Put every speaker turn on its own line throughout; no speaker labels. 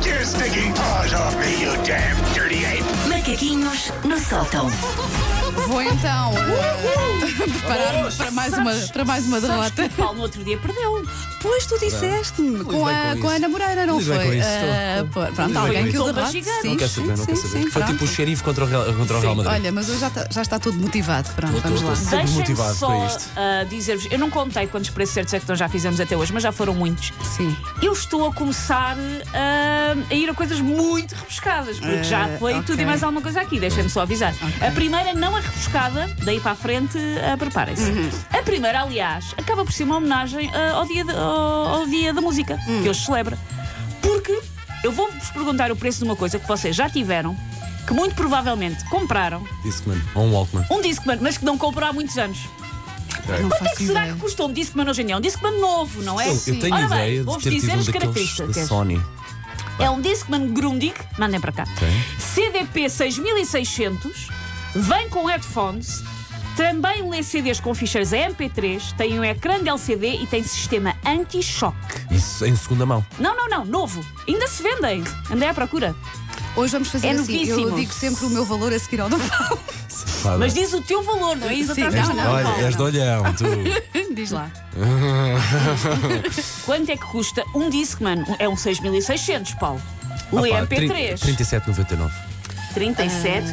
Taking paws off me, you damn dirty ape!
Macaquinhos no sótão.
Vou então eh, preparar-me para mais uma, para mais uma derrota.
O Paulo no outro dia perdeu.
Pois tu disseste-me com,
bem
a,
com
com a
isso.
Ana Moreira, não
Lido bem com
foi?
isso,
Ah, pô, pronto,
bem com
alguém que
isso.
o
Sopa
derrote.
gigante.
Sim,
Não quer saber, não
sim,
quer
sim,
saber.
sim,
Foi
pronto.
tipo o xerife contra o Real, contra o Real Madrid.
Olha, mas hoje já está, já está todo motivado. Pronto, vamos
estou-
lá.
estou- Sempre
Deixem-me
motivado
só
é para isto.
ah, dizer-vos, eu não contei quantos preços certos é que nós já fizemos até hoje, mas já foram muitos.
Sim.
Eu estou a começar ah, a ir a coisas muito rebuscadas, porque
Ah,
Eh,
já foi
ok.
tudo e mais alguma coisa aqui, deixem-me só avisar. A primeira não é rebuscada, daí para a frente, ah, preparem-se.
Uhum.
A primeira, aliás, acaba por ser uma homenagem ah, ao, dia de- ao- ao Dia da Música,
Hum.
que hoje celebra. Porque eu vou-vos perguntar o preço de uma coisa que vocês já tiveram, que muito provavelmente compraram,
Discman, ou um Walkman.
um Discman, mas que não compram há muitos anos.
Não
Quanto é
faço
que será
ideia.
que custou um Discman hoje em dia? É um Discman novo, não é?
Eu, eu
Sim.
tenho
Ora bem,
ideia de
vou-vos
ter
dizer
tido um
as
daqueles da
características.
Sony.
É um Discman Grundig, mandem para cá. CDP 6600, vem com headphones, também lê CDs com ficheiros a MP3, tem um ecrã de LCD e tem sistema anti-choque.
Isso em segunda mão.
Não, não, não, novo. Ainda se vendem. Andei à procura.
Tá
Hoje vamos fazer
É
assim. Eu
novíssimo.
digo sempre o meu valor a seguir ao do Paulo.
Pá,
Mas diz o teu valor, não é isso?
Sim,
Atrás
não,
da
não,
mão.
Olha, é-
não.
és doilhão, tu.
Diz lá.
Quanto é que custa um Discman? É um 6600, Paulo.
Ah,
Lê
pá,
MP3.
37,99.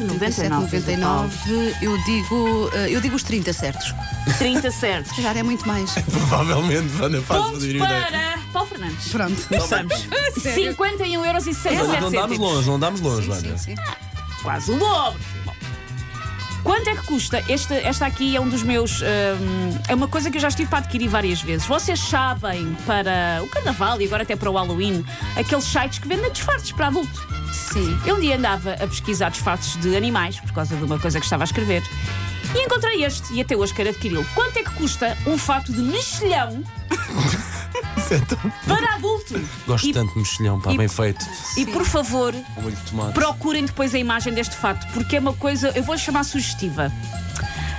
37,99.
37,99. Eu digo, ah, eu digo os 30 certos.
30 certos.
Já é muito mais.
Provavelmente, Vanda, faz
Pontos para Paulo Fernandes.
Pronto.
Começamos.
Sério?
51 euros e
Não
67
andámos
cêntimos.
longe, não andámos longe,
Sim,
Vanda.
sim, sim.
Quase o dobro. Bom, Quanto é que custa? Esta, esta aqui é um dos meus. hum, é uma coisa que eu já estive para adquirir várias vezes. Vocês sabem para o carnaval e agora até para o Halloween, aqueles sites que vendem disfarces para adulto.
Sim.
Eu um dia andava a pesquisar disfarces de animais por causa de uma coisa que estava a escrever e encontrei este e até hoje quero adquiri-lo. Quanto é que custa um fato de mexilhão para adulto?
Gosto
E-
tanto de mexilhão, pá,
e-
bem feito.
E por favor,
Com molho de tomate.
procurem depois a imagem deste fato, porque é uma coisa, eu vou chamar sugestiva.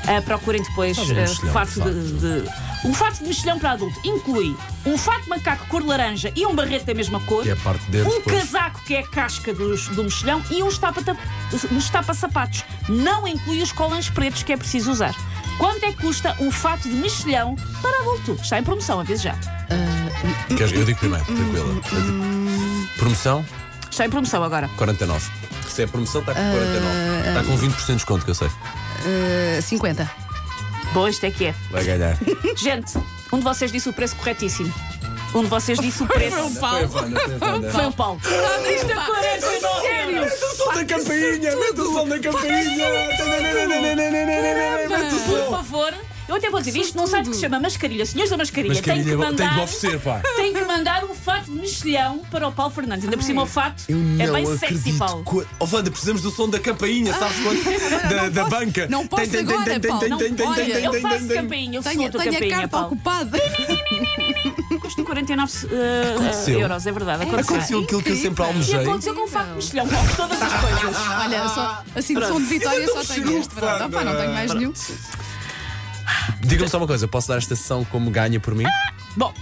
Ah, procurem depois
Faz um
ah,
mexilhão,
fato
de
de, de- Um fato de mexilhão para adulto inclui um fato de macaco cor laranja e um barrete da mesma cor.
Que é a parte de dentro
um
depois.
casaco que é a casca dos- do mexilhão e um uns tapa-ta- uns tapa-sapatos. Não inclui os colãs pretos que é preciso usar. Quanto é que custa um fato de mexilhão para adulto? Está em promoção, aviso já.
Queres- Eu digo primeiro, tranquila. Eu digo- Promoção,
Está em promoção agora.
49. Se é promoção, está com 49. Está Tá com 20% de desconto, que eu sei.
Ah, 50.
Bom, isto é que é.
Vai ganhar.
Gente, um de vocês disse o preço corretíssimo. Um de vocês disse o
um
preço.
Foi a Vanda, foi a Vanda.
Foi o Paulo. Isto é 49. Sério?
som da campainha, mete o som da campainha. Mete o
Por favor. Eu até vou dizer isto num site que se chama Mascarilha. Senhores da Mascarilha,
Mascarilha, é
tem que
tem que
mandar.
me oferecer, pá.
Tem que mandar um fato de mexilhão para o Paulo Fernandes. Ainda por cima o fato é bem sexy, Paulo.
Co... Oh, Wanda, precisamos do som da campainha, sabes quanto? da, da banca.
não posso agora, Paulo, não- olha,
Eu faço campainha, eu
Tenho, tenho
sou
a
campainha,
carta
Paulo.
ocupada.
Custa 49 eh,
Aconteceu.
euros, é verdade. Aconteceu.
Aconteceu aquilo que eu sempre
E
almejei.
aconteceu com o fato de mexilhão, Paulo, todas as coisas.
Olha,
Ah,
só, assim de som de vitória
Então
só tenho este. Pronto, opá, não tenho mais nenhum.
Diga-me só uma coisa, posso dar esta sessão como ganha por mim?
Bom,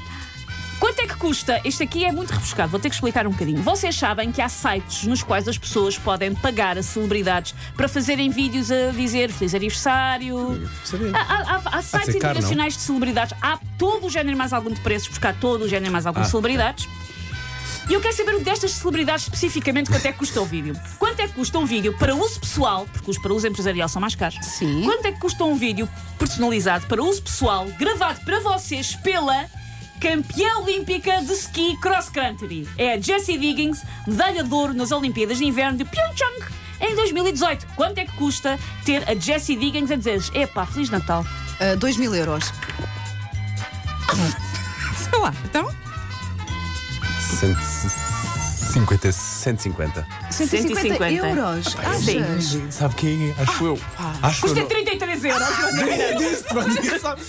quanto é que custa? Este aqui é muito rebuscado, vou ter que explicar um bocadinho. Vocês sabem que há sites nos quais as pessoas podem pagar a celebridades para fazerem vídeos a dizer feliz aniversário.
sabia.
Há, há- há- há sites
ser caro,
internacionais de celebridades, há todo o género mais algum de preços, porque há todo o género mais algum de
Ah.
celebridades. E eu quero saber o destas celebridades especificamente quanto é que custa o vídeo. Quanto é que custa um vídeo para uso pessoal, porque os para uso empresarial são mais caros.
Sim.
Quanto é que custa um vídeo personalizado para uso pessoal, gravado para vocês pela campeã olímpica de ski cross country? É a Jessie Diggins, medalha de ouro nas Olimpíadas de Inverno de Pyeongchang em 2018. Quanto é que custa ter a Jessie Diggins a dizer epá, Feliz Natal?
2 mil euros. Sei lá, então?
150, 150.
150, euros.
sim.
Achas?
Sabe quem é?
Ah,
Acho eu. Acho
Custa
eu.
33 euros.
É disso, pá, ninguém sabe.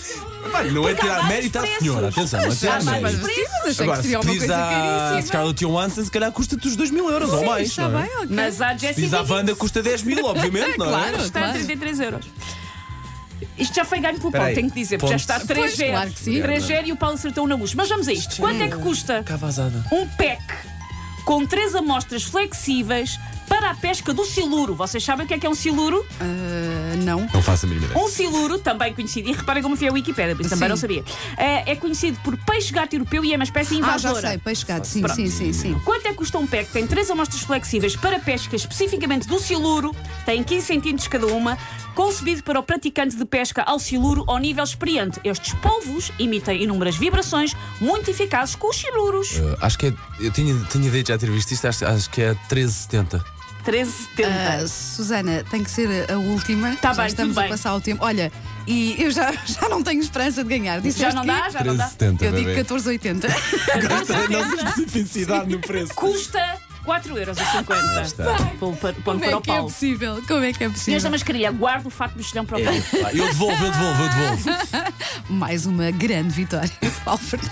Pá, Não é tirar
vários
mérito à
preços.
senhora, atenção, não é tirar
Mas, Ah, mas,
mérito.
sim, mas achei
Agora,
que
se
seria uma
pedires
coisa
à
caríssima.
Scarlett Johansson, se calhar custa-te os 2 mil euros ou mais.
Está
não é?
bem, ok.
Mas a Jessie
Diz à
Diggins
Wanda custa 10 mil, obviamente, não é?
Claro.
está a 33 euros. Isto já foi ganho pelo
Espera
Paulo,
aí,
tenho que dizer, porque já
pontos.
está 3
Pois, claro que sim.
3 e o Paulo acertou na luz. Mas vamos a isto. Quanto é que custa
Cá vazada.
um pack com três amostras flexíveis para a pesca do siluro. Vocês sabem o que é que é um siluro?
Ah, não.
Não faço a mínima ideia.
Um siluro, também conhecido, e reparem como fui a Wikipédia, porque também
Sim.
não sabia, é é conhecido por peixe gato europeu e é uma espécie
Ah, já
invasora.
sei, pescado. Sim, sim, sim, sim.
Quanto é que custa um pack? Tem três amostras flexíveis para pesca, especificamente do siluro, tem 15 centímetros cada uma, concebido para o praticante de pesca ao siluro ao nível experiente. Estes polvos emitem inúmeras vibrações muito eficazes com os siluros.
Uh, acho que é. Eu tinha, tinha ideia de já ter visto isto, acho, acho que é 1370.
13,70.
Ah, Susana, tem que ser a última.
Tá
já
bem,
estamos
tudo
a
bem.
passar o tempo. Olha, e eu já, já não tenho esperança de ganhar.
já
Disseste
não
que-
dá, já não dá.
1370.
Eu digo
bebê.
1480.
Gostei da nossa especificidade no preço.
Custa 4,50€.
está.
Pão para, pão
Como
para
é
o
que é
Paulo.
possível? Como é que é
Senhores da
possível?
mascarilha, guarda o fato do chão para o Paulo.
Epá, Ah, Eu devolvo, eu devolvo, eu devolvo.
Mais uma grande vitória, Paulo Fernandes.